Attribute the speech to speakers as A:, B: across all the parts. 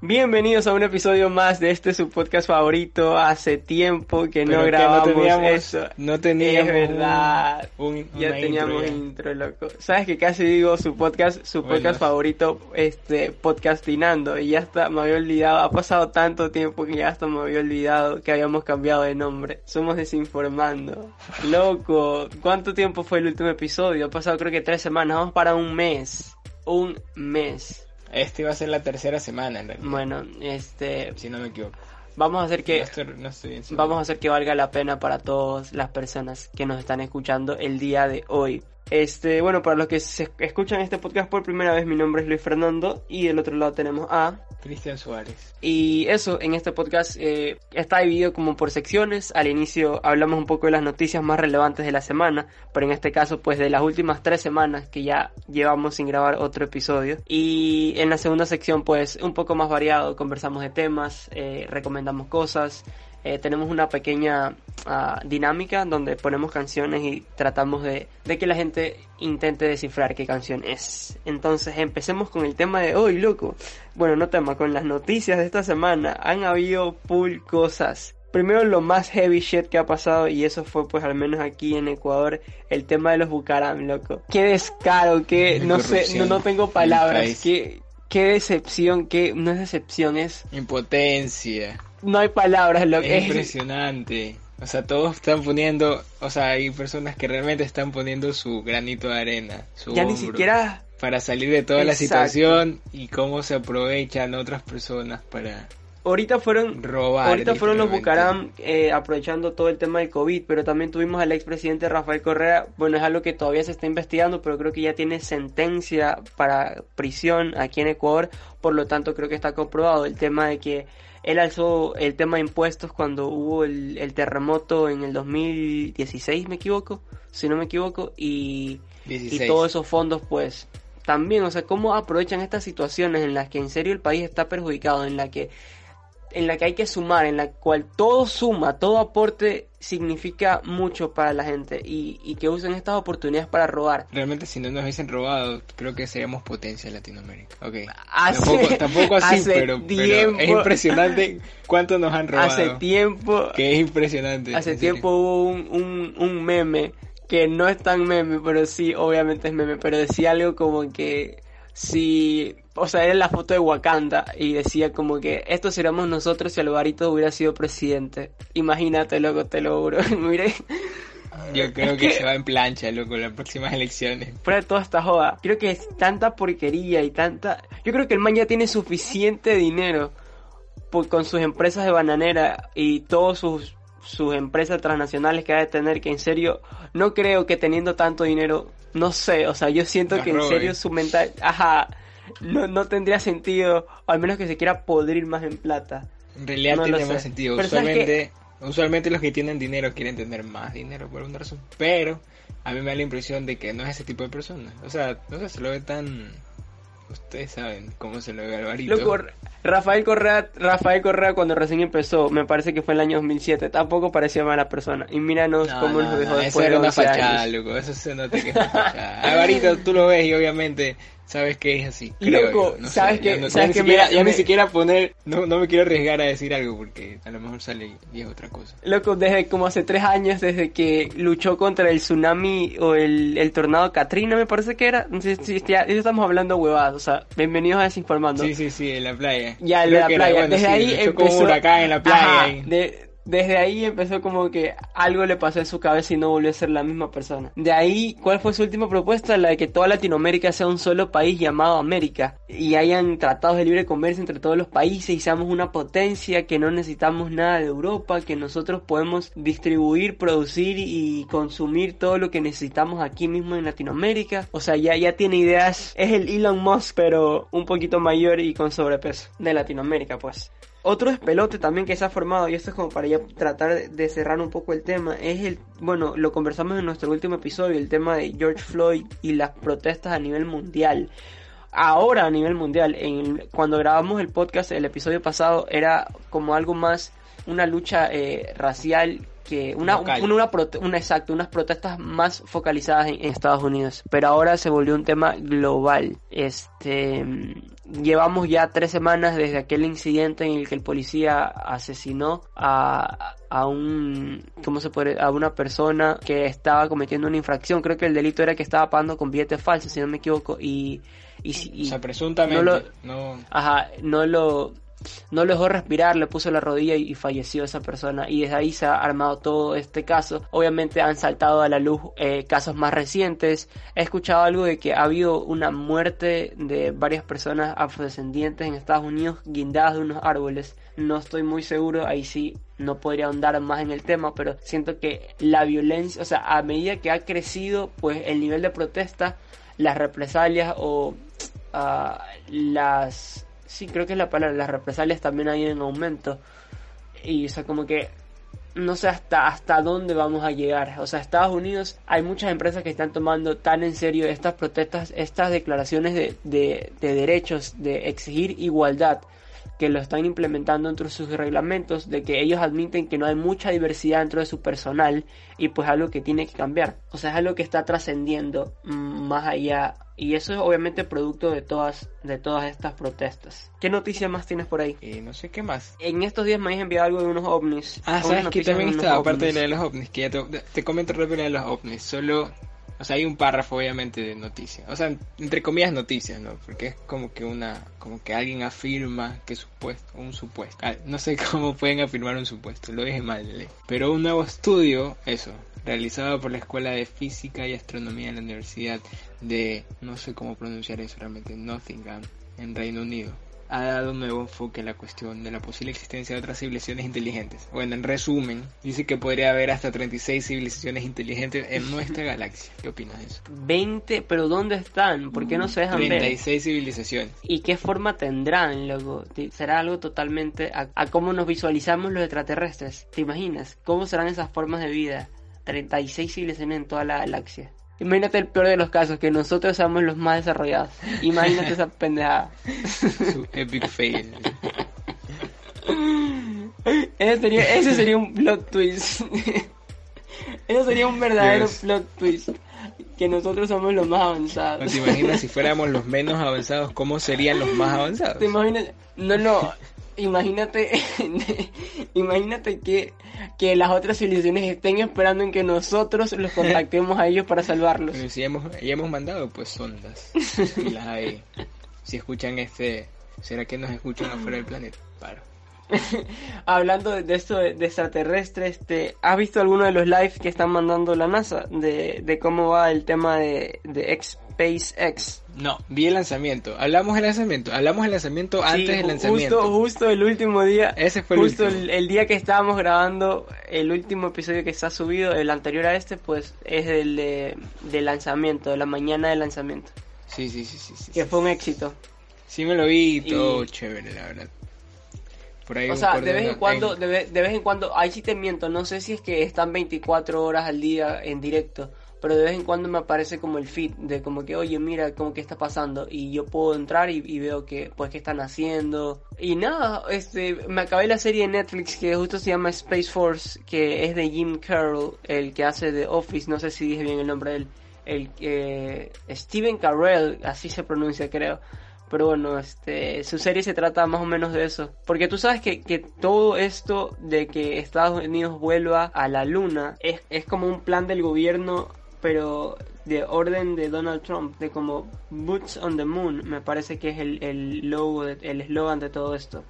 A: Bienvenidos a un episodio más de este su podcast favorito. Hace tiempo que no
B: Pero que no
A: grabamos
B: teníamos-
A: eso.
B: no teníamos
A: Es verdad.
B: un- un-
A: ya
B: una
A: teníamos
B: intro,
A: intro,
B: ya.
A: loco. Sabes que casi digo su podcast, su
B: Bueno.
A: podcast favorito, este podcastinando y ya está, me había olvidado. Ha pasado tanto tiempo que ya hasta me había olvidado que habíamos cambiado de nombre. Somos desinformando. Loco, ¿cuánto tiempo fue el último episodio? Ha pasado creo que tres semanas. Vamos para un mes. Un mes.
B: Este va a ser la tercera semana, en realidad,
A: Bueno, este,
B: si no me equivoco.
A: vamos a hacer que
B: No estoy, no estoy bien seguro.
A: Vamos a hacer que valga la pena para todas las personas que nos están escuchando el día de hoy. Este, bueno, para los que se escuchan este podcast por primera vez, mi nombre es Luis Fernando y del otro lado tenemos a
B: Cristian Suárez.
A: y eso, en este podcast eh, está dividido como por secciones. Al inicio hablamos un poco de las noticias más relevantes de la semana, pero en este caso pues de las últimas tres semanas que ya llevamos sin grabar otro episodio. Y en la segunda sección pues un poco más variado, conversamos de temas, eh, recomendamos cosas. eh, tenemos una pequeña ah, dinámica donde ponemos canciones y tratamos de, de que la gente intente descifrar qué canción es. Entonces empecemos con el tema de hoy, loco. Bueno, no tema, con las noticias de esta semana han habido full cosas. Primero lo más heavy shit que ha pasado y eso fue pues al menos aquí en Ecuador el tema de los Bucaram, loco. Qué descaro, qué
B: La
A: no sé, no,
B: corrupción
A: no tengo
B: del
A: palabras,
B: país.
A: qué, qué decepción, qué no es decepción, es
B: Impotencia.
A: no hay palabras, loco.
B: Es
A: Es,
B: impresionante. O sea, todos están poniendo, o sea, hay personas que realmente están poniendo su granito de arena, su
A: ya ni
B: hombro,
A: siquiera
B: para salir de toda la
A: Exacto.
B: situación y cómo se aprovechan otras personas para
A: ahorita fueron
B: robar.
A: Ahorita fueron los Bucaram
B: literalmente.
A: eh, aprovechando todo el tema del COVID, pero también tuvimos al expresidente Rafael Correa. Bueno, es algo que todavía se está investigando, pero creo que ya tiene sentencia para prisión aquí en Ecuador. Por lo tanto, creo que está comprobado el tema de que él alzó el tema de impuestos cuando hubo el, el terremoto en el 2016, me equivoco, si no me equivoco, y, y
B: 16.
A: todos esos fondos, pues también, o sea, cómo aprovechan estas situaciones en las que en serio el país está perjudicado, en la que en la que hay que sumar, en la cual todo suma, todo aporte significa mucho para la gente y, y que usen estas oportunidades para robar.
B: Realmente si no nos hubiesen robado, creo que seríamos potencia en Latinoamérica. Ok.
A: Hace-
B: tampoco, tampoco así,
A: hace
B: pero, pero
A: tiempo-
B: es impresionante cuánto nos han robado.
A: Hace tiempo,
B: Que es impresionante.
A: hace
B: en serio.
A: tiempo hubo un, un, un meme que no es tan meme, pero sí, obviamente es meme, pero decía algo como que si, o sea, era la foto de Wakanda y decía como que esto seríamos nosotros si Alvarito hubiera sido presidente. Imagínate, loco, te lo juro. Mire,
B: Yo creo
A: es
B: que,
A: que-
B: se va en plancha, loco, las próximas elecciones.
A: fuera de toda esta joda. Creo que es tanta porquería y tanta. Yo creo que el man ya tiene suficiente dinero por, con sus empresas de bananera y todos sus sus empresas transnacionales que ha de tener que en serio no creo que teniendo tanto dinero no sé o sea yo siento
B: Las
A: que en
B: robe.
A: serio su mental ajá no, no tendría sentido o al menos que se quiera podrir más en plata
B: En realidad
A: No lo
B: tiene más
A: sé.
B: sentido.
A: Pero ¿sabes
B: usualmente, usualmente los que tienen dinero quieren tener más dinero por alguna razón. Pero a mí me da la impresión de que no es ese tipo de personas. O sea, no sé, se lo ve tan... Ustedes saben cómo se lo ve Alvarito.
A: Loco, R- Rafael Correa, Rafael Correa cuando recién empezó, me parece que fue en el año 2007, tampoco parecía mala persona. Y míranos
B: No,
A: cómo
B: no,
A: nos dejó
B: no, eso
A: después de
B: era una
A: 11
B: fachada,
A: años.
B: loco. Eso se nota que es una fachada. Alvarito, tú lo ves y obviamente sabes que es así. creo
A: Loco,
B: yo, no sé,
A: ¿sabes
B: ya
A: qué?
B: no- ya
A: ¿sabes
B: ni
A: qué?
B: siquiera-
A: Me-
B: ya ni
A: me-
B: siquiera poner. No, no me quiero arriesgar a decir algo porque a lo mejor sale y es otra cosa.
A: Loco, desde como hace tres años, desde que luchó contra el tsunami o el, el tornado Katrina, me parece que era. Sí, sí, este ya, ya estamos hablando huevadas, o sea, bienvenidos a Desinformando.
B: Sí, sí, sí, en la playa.
A: Ya, en
B: Creo
A: la
B: que
A: playa.
B: bueno,
A: Desde
B: sí,
A: ahí
B: chocó un
A: empezó.
B: huracán en la playa.
A: Ajá,
B: ahí.
A: de- Desde ahí empezó como que algo le pasó en su cabeza y no volvió a ser la misma persona. De ahí, ¿cuál fue su última propuesta? La de que toda Latinoamérica sea un solo país llamado América y hayan tratados de libre comercio entre todos los países y seamos una potencia que no necesitamos nada de Europa, que nosotros podemos distribuir, producir y consumir todo lo que necesitamos aquí mismo en Latinoamérica. O sea, ya, ya tiene ideas, es el Elon Musk, pero un poquito mayor y con sobrepeso de Latinoamérica, pues. Otro despelote también que se ha formado, y esto es como para ya tratar de cerrar un poco el tema, es el, bueno, lo conversamos en nuestro último episodio, el tema de George Floyd y las protestas a nivel mundial. Ahora a nivel mundial, en, cuando grabamos el podcast, el episodio pasado era como algo más una lucha eh, racial que una, una, una, una, exacto, unas protestas más focalizadas en, en, Estados Unidos. Pero ahora se volvió un tema global. Este llevamos ya tres semanas desde aquel incidente en el que el policía asesinó a, a un ¿cómo se puede? a una persona que estaba cometiendo una infracción. Creo que el delito era que estaba pagando con billetes falsos, si no me equivoco, y, y, y
B: o sea,
A: no,
B: presuntamente
A: lo,
B: no...
A: Ajá, no lo no lo dejó respirar, le puso la rodilla y, falleció esa persona. Y desde ahí se ha armado todo este caso. Obviamente han saltado a la luz eh, casos más recientes. He escuchado algo de que ha habido una muerte de varias personas afrodescendientes en Estados Unidos guindadas de unos árboles. No estoy muy seguro, ahí sí no podría ahondar más en el tema, pero siento que la violencia, o sea, a medida que ha crecido, pues el nivel de protesta, las represalias o uh, las sí, creo que es la palabra, las represalias también hay en aumento. Y, o sea, como que no sé hasta, hasta dónde vamos a llegar. O sea, Estados Unidos, hay muchas empresas que están tomando tan en serio estas protestas, estas declaraciones de, de, de derechos, de exigir igualdad, que lo están implementando entre sus reglamentos, de que ellos admiten que no hay mucha diversidad dentro de su personal y pues algo que tiene que cambiar. O sea, es algo que está trascendiendo más allá y eso es obviamente producto de todas, de todas estas protestas. ¿Qué noticia más tienes por ahí?
B: Eh, no sé qué más.
A: En estos días me habéis enviado algo de unos ovnis.
B: Ah, sabes que también está, aparte de la de los ovnis, que ya te, te comento rápido la de los ovnis. Solo, o sea, hay un párrafo obviamente de noticias. O sea, entre comillas noticias, ¿no? Porque es como que una, como que alguien afirma que supuesto, un supuesto. Ah, no sé cómo pueden afirmar un supuesto, lo dije mal. ¿eh? Pero un nuevo estudio, eso, realizado por la Escuela de Física y Astronomía de la Universidad de, no sé cómo pronunciar eso realmente, Nottingham, en Reino Unido, ha dado un nuevo enfoque a la cuestión de la posible existencia de otras civilizaciones inteligentes. Bueno, en resumen, dice que podría haber hasta 36 civilizaciones inteligentes en nuestra galaxia. ¿Qué opinas de eso?
A: 20, pero ¿dónde están? ¿Por qué no se dejan
B: 36
A: ver?
B: civilizaciones.
A: ¿Y qué forma tendrán, loco? ¿Será algo totalmente a, a cómo nos visualizamos los extraterrestres? ¿Te imaginas? ¿Cómo serán esas formas de vida? 36 civilizaciones en toda la galaxia. Imagínate el peor de los casos, que nosotros seamos los más desarrollados. Imagínate esa pendejada.
B: Su epic fail.
A: Ese sería, ese sería un plot twist. Ese sería un verdadero Dios. plot twist. Que nosotros somos los más avanzados.
B: ¿No te imaginas si fuéramos los menos avanzados? ¿Cómo serían los más avanzados?
A: ¿Te imaginas? No, no imagínate imagínate que, que, las otras civilizaciones estén esperando en que nosotros los contactemos a ellos para salvarlos.
B: Pero si hemos, ya hemos mandado pues sondas. Y las hay. Si escuchan este, ¿será que nos escuchan afuera del planeta? Paro.
A: Hablando de, esto de, de extraterrestres, este, ¿has visto alguno de los lives que están mandando la NASA? De, de cómo va el tema de, de SpaceX.
B: No, vi el lanzamiento. Hablamos del lanzamiento. Hablamos del lanzamiento antes
A: Sí,
B: del
A: ju-
B: lanzamiento.
A: Justo, justo el último día.
B: Ese fue el
A: justo
B: último.
A: el, el día que estábamos grabando el último episodio que está subido, el anterior a este, pues es el de, de lanzamiento, de la mañana de lanzamiento.
B: Sí, sí, sí, sí. sí,
A: Que
B: sí.
A: fue un éxito.
B: Sí me lo vi y todo chévere, la verdad. Por ahí
A: O
B: me
A: sea,
B: acuerdo
A: de vez en
B: una-
A: cuando, de vez, de vez en cuando, ahí sí te miento, no sé si es que están 24 horas al día en directo, pero de vez en cuando me aparece como el feed de como que, oye, mira, como que está pasando, y yo puedo entrar y, y veo que, pues, qué están haciendo. Y nada, este, me acabé la serie de Netflix que justo se llama Space Force, que es de Jim Carroll, el que hace The Office, no sé si dije bien el nombre de él, el que, Steven Carell, así se pronuncia, creo. Pero bueno, este, su serie se trata más o menos de eso. Porque tú sabes que, que todo esto de que Estados Unidos vuelva a la luna es, es como un plan del gobierno, pero de orden de Donald Trump, de como Boots on the Moon, me parece que es el, el logo, de- el eslogan de todo esto.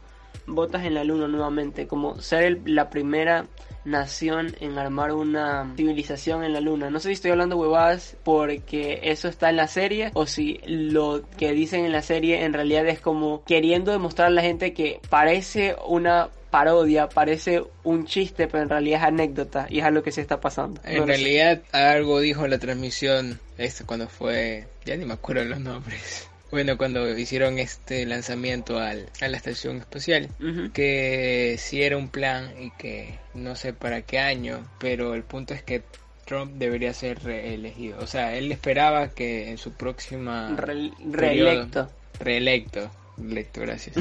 A: botas en la luna nuevamente, como ser el- la primera nación en armar una civilización en la luna. No sé si estoy hablando huevadas porque eso está en la serie o si lo que dicen en la serie en realidad es como queriendo demostrar a la gente que parece una parodia, parece un chiste, pero en realidad es anécdota y es algo que sí está pasando.
B: En
A: No lo sé.
B: realidad algo dijo en la transmisión, esto cuando fue, ya ni me acuerdo los nombres. Bueno, cuando hicieron este lanzamiento al, a la estación espacial,
A: Ujú.
B: que sí era un plan y que no sé para qué año, pero el punto es que Trump debería ser reelegido. O sea, él esperaba que en su próxima
A: Re- reelecto.
B: reelecto, electo, gracias.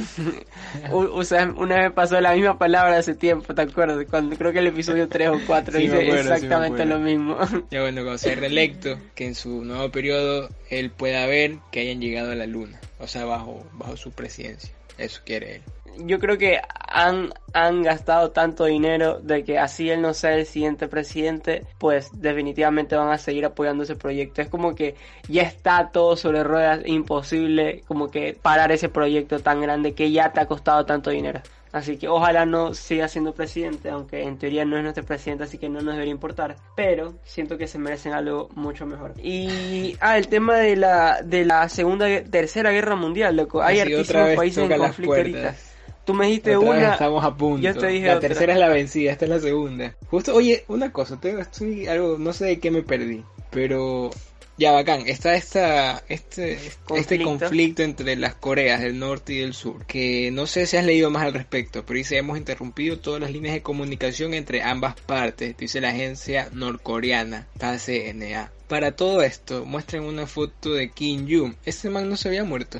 A: U- o sea, una vez pasó la misma palabra hace tiempo, ¿te acuerdas? Cuando creo que el episodio 3 o 4
B: Sí,
A: dice
B: me acuerdo, sí, me
A: exactamente lo
B: acuerdo.
A: mismo.
B: ya bueno, cuando sea reelecto, que en su nuevo periodo él pueda ver que hayan llegado a la luna, o sea, bajo bajo su presidencia. Eso quiere él.
A: Yo creo que han, han gastado tanto dinero de que así él no sea el siguiente presidente, pues definitivamente van a seguir apoyando ese proyecto. Es como que ya está todo sobre ruedas, imposible como que parar ese proyecto tan grande que ya te ha costado tanto dinero. Así que ojalá no siga siendo presidente, aunque en teoría no es nuestro presidente, así que no nos debería importar. Pero siento que se merecen algo mucho mejor. Y, ah, el tema de la, de la segunda, gue- tercera guerra mundial, loco. Hay
B: Así otra
A: artísimos
B: vez
A: países en
B: toca las
A: conflicto ahorita.
B: puertas.
A: Tú me dijiste
B: Otra vez
A: una.
B: estamos a punto.
A: yo te dije
B: la
A: otra.
B: tercera es la vencida, esta es la segunda. Justo, oye, una cosa, te, estoy algo, no sé de qué me perdí, pero ya bacán, está esta, este, este
A: Conflicto.
B: conflicto entre las Coreas del norte y del sur, que no sé si has leído más al respecto, pero dice hemos interrumpido todas las líneas de comunicación entre ambas partes, dice la agencia norcoreana KCNA. Para todo esto, muestran una foto de Kim Jong. Este man no se había muerto.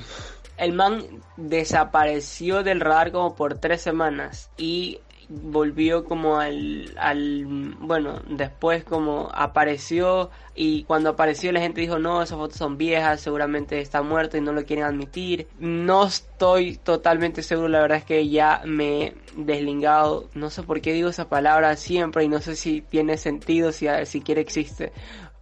A: El man desapareció del radar como por tres semanas y volvió como al, al bueno después como apareció y cuando apareció la gente dijo no esas fotos son viejas seguramente está muerto y no lo quieren admitir no estoy totalmente seguro la verdad es que ya me he deslingado no sé por qué digo esa palabra siempre y no sé si tiene sentido si siquiera existe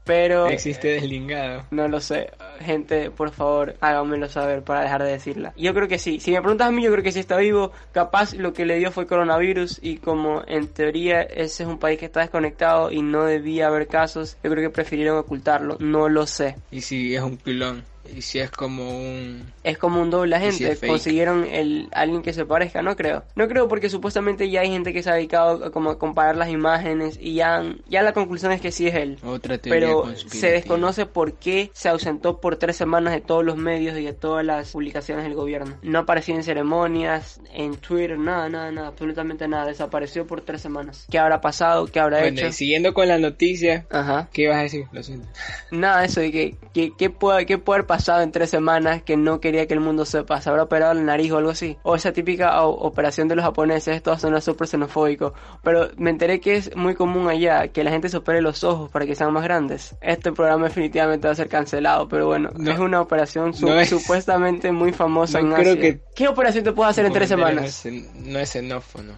A: pero
B: Existe deslingado.
A: No lo sé. Gente, por favor, háganmelo saber para dejar de decirla. Yo creo que sí. Si me preguntas a mí, yo creo que sí está vivo. Capaz lo que le dio fue coronavirus y como en teoría ese es un país que está desconectado y no debía haber casos, yo creo que prefirieron ocultarlo. No lo sé.
B: Y si es un pilón. Y si es como un...
A: Es como un doble
B: si
A: agente.
B: es fake?
A: Consiguieron el alguien que se parezca, no creo. No creo porque supuestamente ya hay gente que se ha dedicado a como a comparar las imágenes y ya, ya la conclusión es que sí es él.
B: Otra teoría
A: pero
B: conspirativa.
A: se desconoce por qué se ausentó por tres semanas de todos los medios y de todas las publicaciones del gobierno. No apareció en ceremonias, en Twitter, nada, nada, nada, absolutamente nada. Desapareció por tres semanas. ¿Qué habrá pasado? ¿Qué habrá
B: Bueno, y
A: hecho?
B: siguiendo con la noticia,
A: Ajá.
B: ¿qué vas a decir? Lo siento.
A: Nada, de eso de que, que, que puede, que puede haber pasado en tres semanas que no quería que el mundo sepa. ¿Se habrá operado la nariz o algo así? O esa típica o- operación de los japoneses, esto va a sonar súper xenofóbico. Pero me enteré que es muy común allá, que la gente se opere los ojos para que sean más grandes. Este programa definitivamente va a ser cancelado, pero bueno,
B: No.
A: es una operación su-
B: No es-
A: supuestamente muy famosa
B: No
A: en
B: creo
A: Asia.
B: que-
A: ¿Qué operación te puedes hacer en tres
B: Comentario
A: semanas?
B: No es, xen- no es xenófono.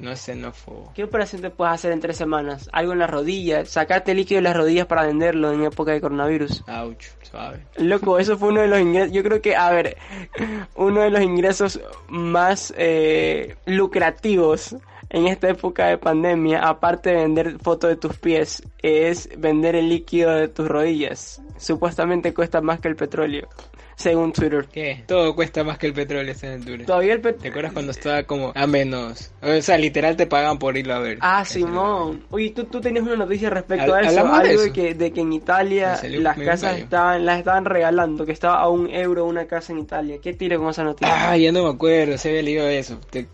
B: No es xenófobo.
A: ¿Qué operación te puedes hacer en tres semanas? Algo en las rodillas, sacarte líquido de las rodillas para venderlo en época de coronavirus.
B: Ouch, suave.
A: Loco, eso fue uno de los ingresos, yo creo que, a ver, uno de los ingresos más eh, lucrativos en esta época de pandemia, aparte de vender fotos de tus pies, es vender el líquido de tus rodillas. Supuestamente cuesta más que el petróleo, según Twitter.
B: ¿Qué? Todo cuesta más que el petróleo esta altura.
A: Todavía el
B: ¿Te
A: petróleo...
B: acuerdas cuando estaba como a menos? O sea, literal te pagan por irlo a ver.
A: Ah,
B: Eso era-
A: Simón. Oye, tú, tú tenías una noticia respecto
B: Hab-
A: a eso.
B: hablamos de
A: Algo de
B: eso.
A: que, de que en Italia
B: Me salió
A: las
B: medio
A: casas
B: gallo.
A: estaban, las estaban regalando, que estaba a un euro una casa en Italia. ¿Qué tiro con esa noticia?
B: Ah, ya no me acuerdo, se había leído eso. Te-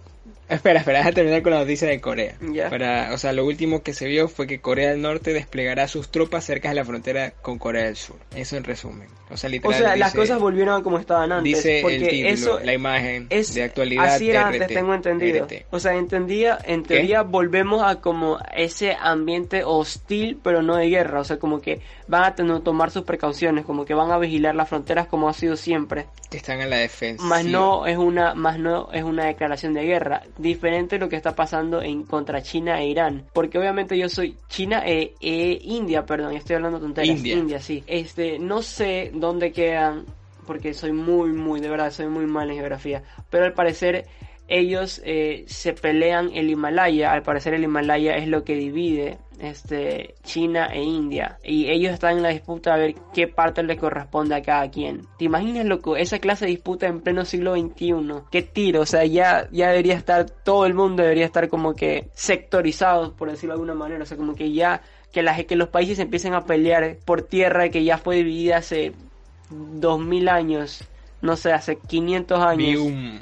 B: Espera, espera, déjame terminar con la noticia de Corea.
A: Ya.
B: Para, o sea, lo último que se vio fue que Corea del Norte desplegará sus tropas cerca de la frontera con Corea del Sur. Eso en resumen. O sea,
A: O
B: literal.
A: sea, las
B: dice-
A: cosas volvieron a como estaban antes.
B: Dice
A: porque
B: el título,
A: eso
B: la imagen
A: es
B: de actualidad.
A: así era
B: RT,
A: antes, tengo entendido.
B: RT.
A: O sea, entendía, en teoría volvemos a como ese ambiente hostil, pero no de guerra. O sea, como que van a tener, tomar sus precauciones, como que van a vigilar las fronteras como ha sido siempre.
B: Que están a la defensa.
A: Más no es una, más no es una declaración de guerra. Diferente lo que está pasando en contra China e Irán. Porque obviamente yo soy China e, e India, perdón, estoy hablando tonterías.
B: India.
A: India, sí. Este, no sé dónde quedan, porque soy muy, muy, de verdad, soy muy mal en geografía. Pero al parecer ellos eh, se pelean el Himalaya, al parecer el Himalaya es lo que divide este, China e India, y ellos están en la disputa a ver qué parte le corresponde a cada quien. ¿Te imaginas, loco, esa clase de disputa en pleno siglo XXI? ¿Qué tiro? O sea, ya, ya debería estar, todo el mundo debería estar como que sectorizado, por decirlo de alguna manera, o sea, como que ya... Que, las, que los países empiecen a pelear por tierra que ya fue dividida hace 2000 años, no sé, hace 500 años.
B: un,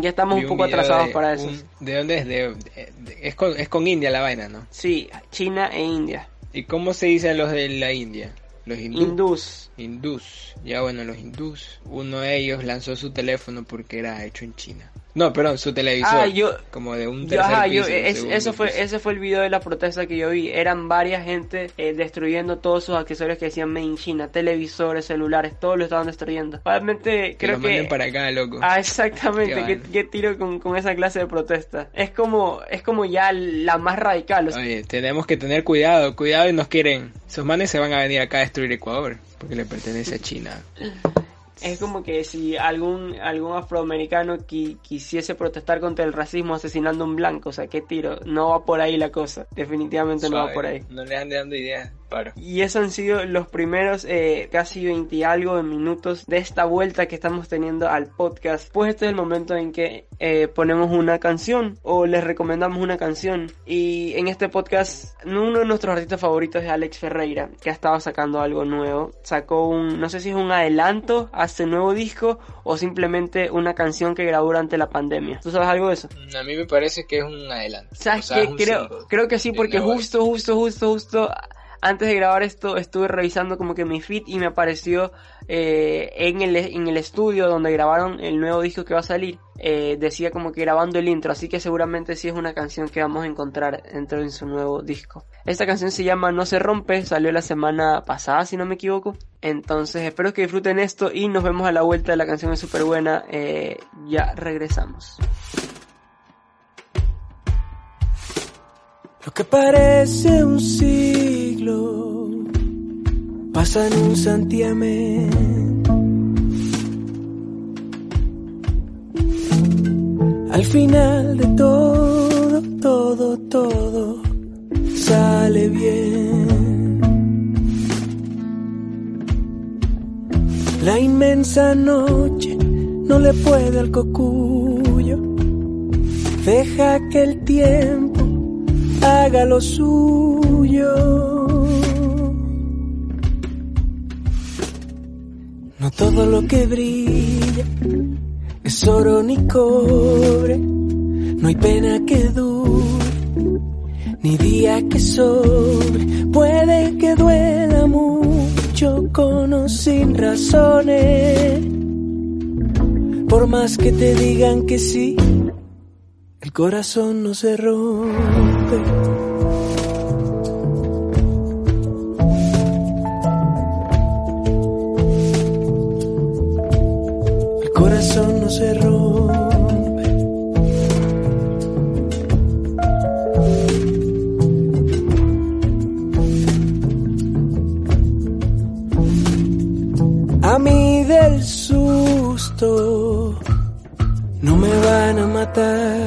A: ya estamos
B: vi
A: un poco
B: video
A: atrasados
B: de
A: para eso.
B: un- ¿De dónde es? De- de- de- es, con, es con India la vaina, ¿no?
A: Sí, China e India.
B: ¿Y cómo se dicen los de la India? Los hindú.
A: Hindús.
B: Hindús. Ya bueno, los hindús. Uno de ellos lanzó su teléfono porque era hecho en China. No, perdón, su televisor.
A: Ah, yo-
B: Como de un
A: Yo,
B: tercer
A: ajá, yo, e-,
B: piso, un
A: es-
B: segundo
A: eso fue,
B: piso.
A: ese fue el video de la protesta que yo vi. Eran varias gente eh, destruyendo todos sus accesorios que decían Made in China, televisores, celulares, todo lo estaban destruyendo. Realmente
B: Que
A: creo
B: lo
A: que
B: manden para acá, loco.
A: Ah, exactamente,
B: Qué
A: qué,
B: vaina.
A: qué tiro con, con esa clase de protesta. Es como, es como ya la más radical. o sea,
B: Oye, tenemos que tener cuidado, cuidado y nos quieren. Esos manes se van a venir acá a destruir Ecuador porque le pertenece a China.
A: Es como que si algún, algún afroamericano qui- quisiese protestar contra el racismo asesinando a un blanco, o sea, qué tiro, no va por ahí la cosa, definitivamente no va
B: Suave,
A: por ahí.
B: No le anden dando ideas, paro.
A: Y esos han sido los primeros eh, casi 20 y algo de minutos de esta vuelta que estamos teniendo al podcast. Pues este es el momento en que eh, ponemos una canción o les recomendamos una canción. Y en este podcast, uno de nuestros artistas favoritos es Alex Ferreira, que ha estado sacando algo nuevo. Sacó un, no sé si es un adelanto a este nuevo disco o simplemente una canción que grabó durante la pandemia. ¿Tú sabes algo de eso?
B: A mí me parece que es un adelanto.
A: ¿Sabes
B: O sea, es
A: qué?
B: un
A: Creo,
B: single.
A: creo que sí,
B: de
A: porque
B: nuevo.
A: justo, justo, justo, justo antes de grabar esto estuve revisando como que mi feed y me apareció eh, en, el, en el estudio donde grabaron el nuevo disco que va a salir. eh, decía como que grabando el intro, así que seguramente sí es una canción que vamos a encontrar dentro de su nuevo disco. Esta canción se llama No se rompe, salió la semana pasada si no me equivoco. Entonces espero que disfruten esto y nos vemos a la vuelta, la canción es súper buena, eh, ya regresamos.
C: Lo que parece un siglo pasa en un santiamén. Al final de todo, todo, todo sale bien. La inmensa noche no le puede al cocuyo. Deja que el tiempo haga lo suyo. No todo lo que brilla es oro ni cobre, no hay pena que dure, ni día que sobre. Puede que duela mucho con o sin razones, por más que te digan que sí. El corazón no se rompe. El corazón no se rompe. A mí del susto no me van a matar.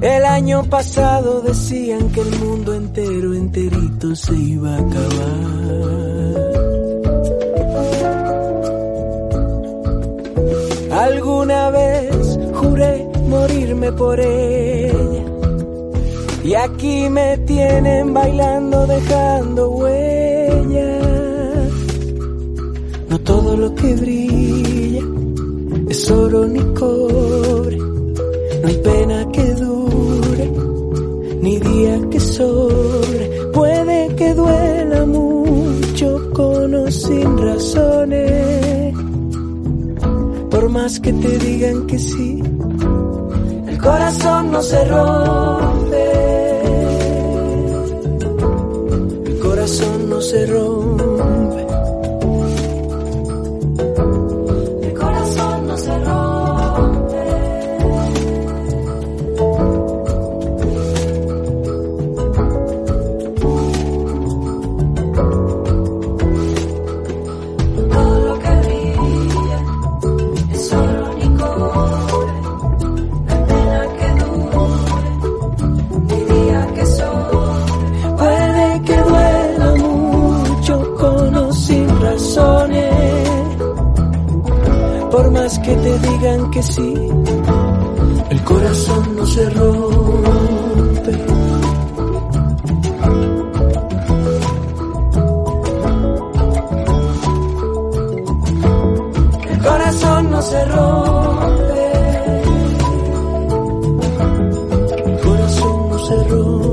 C: El año pasado decían que el mundo entero, enterito se iba a acabar. Alguna vez juré morirme por ella. Y aquí me tienen bailando, dejando huellas. No todo lo que brilla es oro ni cobre. No hay pena que dure, ni día que sobre. Puede que duela mucho con o sin razones. Por más que te digan que sí, el corazón no se rompe. El corazón no se rompe. El corazón no se rompe. Todo lo que brilla por más que te digan que sí, el corazón no se rompe. El corazón no se rompe. El corazón no se rompe.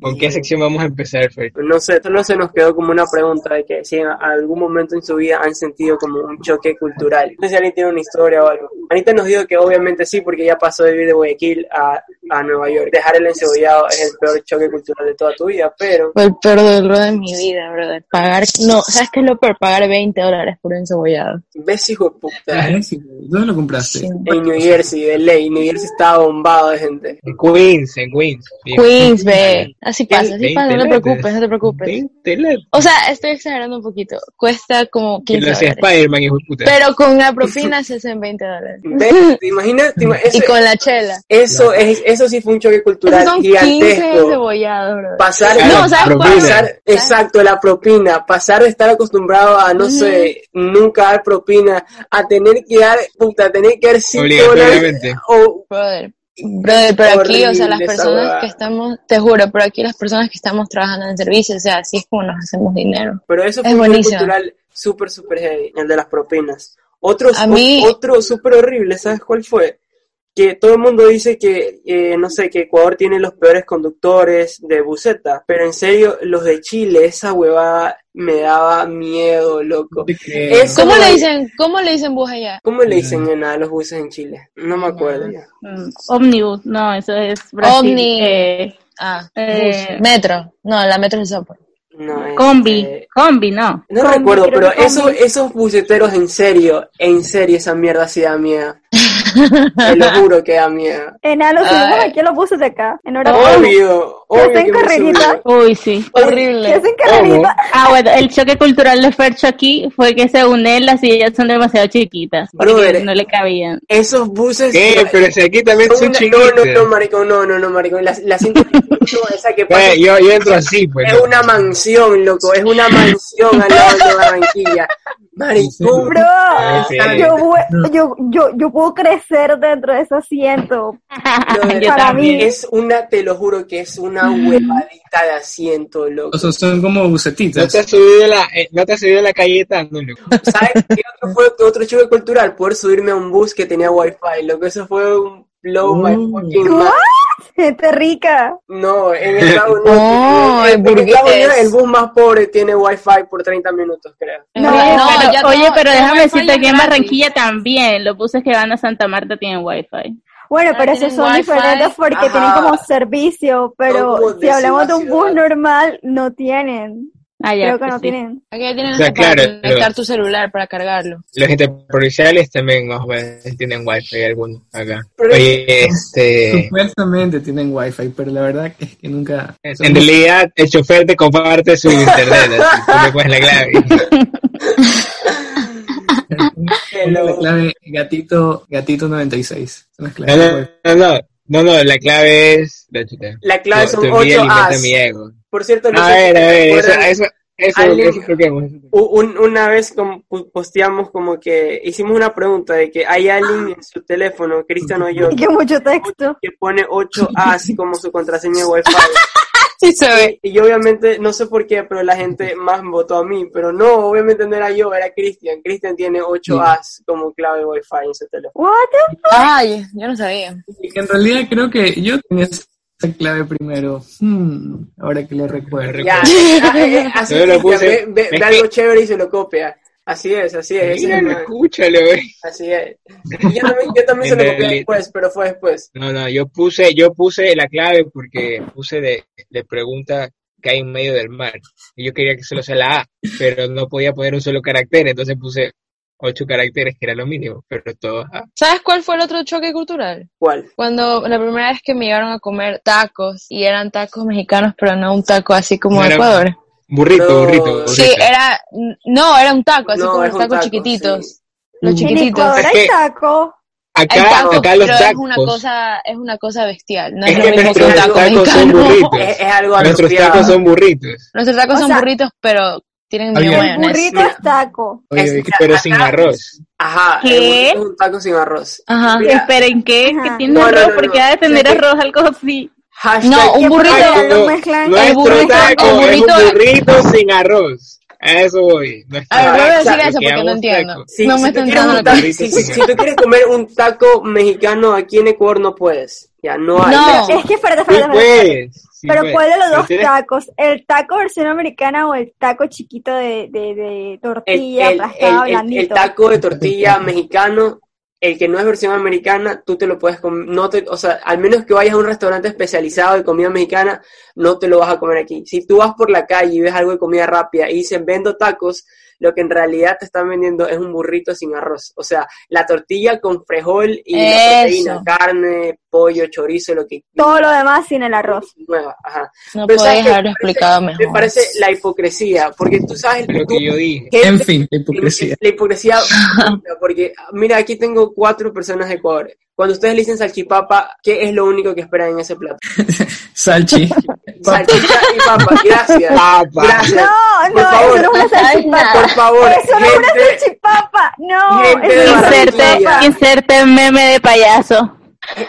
B: ¿Con qué sección vamos a empezar, Fer?
A: No sé, solo se nos quedó como una pregunta de que si en algún momento en su vida han sentido como un choque cultural. No sé si alguien tiene una historia o algo. Anita nos dijo que obviamente sí, porque ya pasó de vivir de Guayaquil a, a Nueva York. Dejar el encebollado es el peor choque cultural de toda tu vida, pero
D: Fue el peor dolor de mi vida, brother. Pagar, no, ¿sabes qué es lo peor? Pagar 20 dólares por un encebollado.
A: ves hijo de puta.
E: Ah, ese, ¿Dónde lo compraste?
D: Sí.
A: En New Jersey, de ley, New Jersey estaba bombado de gente.
B: En Queens, en Queens. Bien.
D: Queens, ve. Así pasa, así
B: 20
D: pasa, no te
B: latas.
D: preocupes, no te preocupes.
B: 20 latas.
D: O sea, estoy exagerando un poquito. Cuesta como
B: Que
D: 15
B: lo hacía
D: dólares.
B: Spider-Man, hijo de puta.
D: Pero con la propina se hacen 20 dólares.
A: ¿Ves? ¿Te imaginas? ¿Te ima-
D: Y
A: ese-
D: con la chela.
A: Eso, es, eso sí fue un choque cultural
D: Esos son 15
A: gigantesco.
D: encebollados, brother.
A: Pasar,
D: No,
B: Claro,
D: ¿sabes cuál?
B: propina.
A: pasar- exacto, la propina, pasar de estar acostumbrado a, no sé, nunca dar propina, a tener que dar, puta, tener que dar 5 dólares,
B: Obligatoriamente.
A: o
D: Brother, brother, pero aquí, o sea, las
A: Horrible esa
D: personas
A: huevada.
D: que estamos, te juro, pero aquí las personas que estamos trabajando en servicio, o sea, así es como nos hacemos dinero.
A: Pero eso fue
D: Es
A: un choque
D: buenísimo.
A: cultural súper, súper heavy, el de las propinas. Otro,
D: A mí-
A: otro súper horrible, ¿sabes cuál fue? Que todo el mundo dice que, eh, no sé, que Ecuador tiene los peores conductores de buseta, pero en serio, los de Chile, esa huevada me daba miedo, loco.
E: Te creo.
A: Eso-
D: ¿Cómo
A: como-
D: le dicen, cómo le dicen bus allá?
A: ¿Cómo le dicen en a los buses en Chile? No me acuerdo.
F: Mm, Omnibus, no, eso es Brasil.
D: Omni.
F: Eh,
D: Ah,
F: Eh,
D: bus, metro. No, la metro es el sopa.
A: No, este,
F: combi, combi, no.
A: No
F: Combi,
A: recuerdo,
F: creo
A: pero
F: que combi.
A: eso, esos buceteros en serio, en serio, esa mierda sí da miedo. Te lo juro que da miedo.
G: Enanos,
D: Ay.
G: subimos aquí a los buses de acá. En hora pico.
A: Obvio,
G: Pero
A: obvio
G: hacen
A: que me
G: carrerita.
A: subió.
F: Uy, sí.
G: ¿Qué
D: Horrible.
G: hacen carrerita?
F: Ah, bueno, el choque cultural de Fercho aquí fue que según él las sillas son demasiado chiquitas, porque
A: Brother.
F: no le cabían.
A: Esos buses.
B: ¿Qué? Pero si aquí también
A: son
B: son
A: una- no, no, no,
B: chiquitos.
A: maricón, no, no, no, maricón. La, la 125, esa que pasa
B: Eh, yo, yo entro así, pues.
A: es una mansión, loco. Es una mansión al lado de Barranquilla. Maricón.
G: Bro,
B: Ah, sí.
G: yo, vu- yo, yo, yo puedo crecer dentro de ese asiento.
A: brother,
F: Yo
G: para mí.
A: Es una, te lo juro que es una huevadita de asiento, loco.
E: O sea, son como
B: No
E: bucetitas.
B: te has subido la, eh, no te has subido la galleta, no, loco.
A: ¿Sabes qué otro fue otro choque cultural? Poder subirme a un bus que tenía wifi, loco. Eso fue un blow my
E: Mm.
A: fucking
G: ¿What?
A: mind.
G: Gente rica.
A: No, en el Estado Unidos.
D: No,
A: en,
D: el
A: en Estados
D: burgués.
A: Unidos el bus más pobre tiene wifi por 30 minutos, creo.
D: No,
F: oye,
D: no,
F: pero,
D: ya todo-
F: oye, pero
D: ya
F: déjame
D: wifi
F: decirte
D: es
F: que en
D: gratis.
F: Barranquilla también los buses que van a Santa Marta tienen wifi.
G: Bueno, pero
D: Ah, tienen
G: esos son
D: wifi.
G: diferentes porque
A: Ajá.
G: tienen como servicio, pero
A: Son como
G: si
A: de
G: hablamos de un
A: ciudad,
G: bus
A: ciudad.
G: normal, no tienen.
F: Ah, ya,
G: Creo que
F: pues
G: no
F: sí.
G: tienen.
D: Aquí ya tienen
B: O sea,
D: hasta para
B: claro,
D: conectar
B: pero-
D: tu celular para cargarlo.
B: Los interprovinciales también más o menos, tienen wifi algunos acá.
A: Pero-
B: Oye, este...
E: Supuestamente tienen wifi, pero la verdad es que nunca... son
B: En realidad, el chofer te comparte su internet, así, tú le pones la clave.
A: Que
E: Ponga la
A: lo-
E: clave gatito, gatito 96. Son las
B: No,
E: claves.
B: no, no, no, no, no, la clave es... La, chuta.
A: La clave
B: No,
A: son
B: tu envidia
A: 8
B: alimenta
A: as.
B: mi ego.
A: Por cierto, no
B: A
A: sé si
B: ver, a
A: te
B: ver, eso,
A: acuerdas,
B: eso, eso,
A: Alguien-
B: eso toquemos.
A: u- un- una vez como pu- posteamos como que hicimos una pregunta de que hay alguien en su teléfono, Cristian o yo,
G: Y que mucho texto.
A: que pone 8 as como su contraseña de wifi.
D: Sí se ve.
A: Y obviamente, no sé por qué, pero la gente más votó a mí. Pero no, obviamente no era yo, era Cristian. Cristian tiene 8 as como clave de wifi en su teléfono.
G: What?
D: Ay, yo no sabía.
E: Pues, En realidad creo que yo tenía esa clave primero. Hmm, ahora que lo recuerdo.
A: Ya, ah, eh, así
B: Yo lo
A: es,
B: puse.
A: ve, ve- ve
B: Es
A: algo
B: que-
A: chévere y se lo copia. Así es, así es. ese es el
B: Míralo,
A: man.
B: escúchalo, güey.
A: Así es. Y Yo también, yo también se lo copié
B: Endelito.
A: después, pero fue después.
B: No, no, yo puse, yo puse la clave porque puse de, de pregunta que hay en medio del mar. Y yo quería que solo sea la A, pero no podía poner un solo carácter, entonces puse ocho caracteres, que era lo mínimo, pero todos, ah,
D: ¿Sabes cuál fue el otro choque cultural?
A: ¿Cuál?
D: Cuando la primera vez que me llevaron a comer tacos y eran tacos mexicanos, pero no un taco así como
B: No
D: de
B: era-
D: Ecuador.
B: burrito,
A: No.
B: burrito, burrito.
D: Sí, era, no, era un taco, así
A: No,
D: como
A: es
D: los
A: un
D: tacos
A: taco,
D: chiquititos.
A: sí.
D: Los
G: En
D: chiquititos.
G: Ecuador
B: Es
G: hay
B: que-
G: taco.
D: Hay
B: Acá,
D: tacos,
B: acá los
D: pero
B: tacos.
D: es una cosa, es una cosa bestial. No es,
B: es
D: lo
B: que
D: mismo que
B: nuestros
D: un taco
B: tacos son
D: mexicano.
B: burritos.
A: Es, es algo
B: Nuestros
A: atrofiado.
B: tacos son burritos,
D: Nuestros tacos
G: O
D: son
G: sea,
D: burritos, pero tienen
E: el
D: medio
G: El
D: mayonesa.
G: burrito es taco.
E: Oye,
A: Es-
E: oye,
B: pero sin arroz.
A: Ajá,
F: ¿Qué?
A: es un- es un taco sin arroz.
D: Ajá.
A: Mira.
F: Esperen, ¿qué? ¿Que
G: Ajá.
F: tiene
A: No, no,
F: arroz?
A: no,
F: ¿Por qué
A: no.
F: ha de tener
A: Es que-
F: arroz algo así?
A: Hashtag-
D: No, un burrito-
G: Ay,
B: no,
G: lo mezclan.
B: nuestro
D: El burrito-
B: taco
D: el burrito-
B: es un burrito sin arroz. A eso voy. No es
D: A ver,
B: que-
D: vuelve a decir
B: Lo
D: eso
B: que
D: porque no
B: llamamos
D: entiendo.
B: taco.
A: Si,
D: no
A: si tú
D: me están
A: quieres
D: dando
A: un
D: la
A: taco-
B: pista.
A: si- si- si tú quieres comer un taco mexicano aquí en Ecuador, no puedes. Ya no hay.
D: No.
G: Es que, espérate,
B: Sí,
G: espérate, espérate.
B: pues. sí,
G: Pero
B: pues.
G: ¿cuál de los
B: Pero
G: dos
B: tienes-
G: tacos? ¿El taco versión americana o el taco chiquito de, de, de
A: El,
G: tortilla
A: el,
G: aplastada,
A: el- el- el
G: blandito?
A: taco de tortilla mexicano, el que no es versión americana, tú te lo puedes comer. No te, o sea, al menos que vayas a un restaurante especializado de comida mexicana, no te lo vas a comer aquí. Si tú vas por la calle y ves algo de comida rápida y dicen vendo tacos, lo que en realidad te están vendiendo es un burrito sin arroz. O sea, la tortilla con frijol y la
D: Eso.
A: proteína, carne, pollo, chorizo, lo que
G: Todo lo demás sin el arroz.
A: nueva. Ajá.
D: No
A: Pero
D: podéis
A: ¿sabes qué?
D: haberlo
A: Me parece-
D: explicado
A: Me
D: mejor.
A: parece la hipocresía, porque tú sabes
B: Lo
A: tú-
B: que yo dije.
A: ¿qué-
E: En fin, la hipocresía.
A: la hipocresía, porque mira, aquí tengo cuatro personas de Ecuador. Cuando ustedes le dicen salchipapa, ¿qué es lo único que esperan en ese plato?
E: Salchi. Papa.
A: Salchicha y papa, gracias.
B: Papa.
A: Gracias.
G: No,
A: Por
G: no,
A: favor.
G: eso no es una salchipapa.
A: Por favor,
G: Eso no es una
A: gente,
G: salchipapa. No,
A: Gente
G: eso no es
A: de
F: Inserte,
A: Barranquilla.
G: salchipapa.
F: inserte meme de payaso.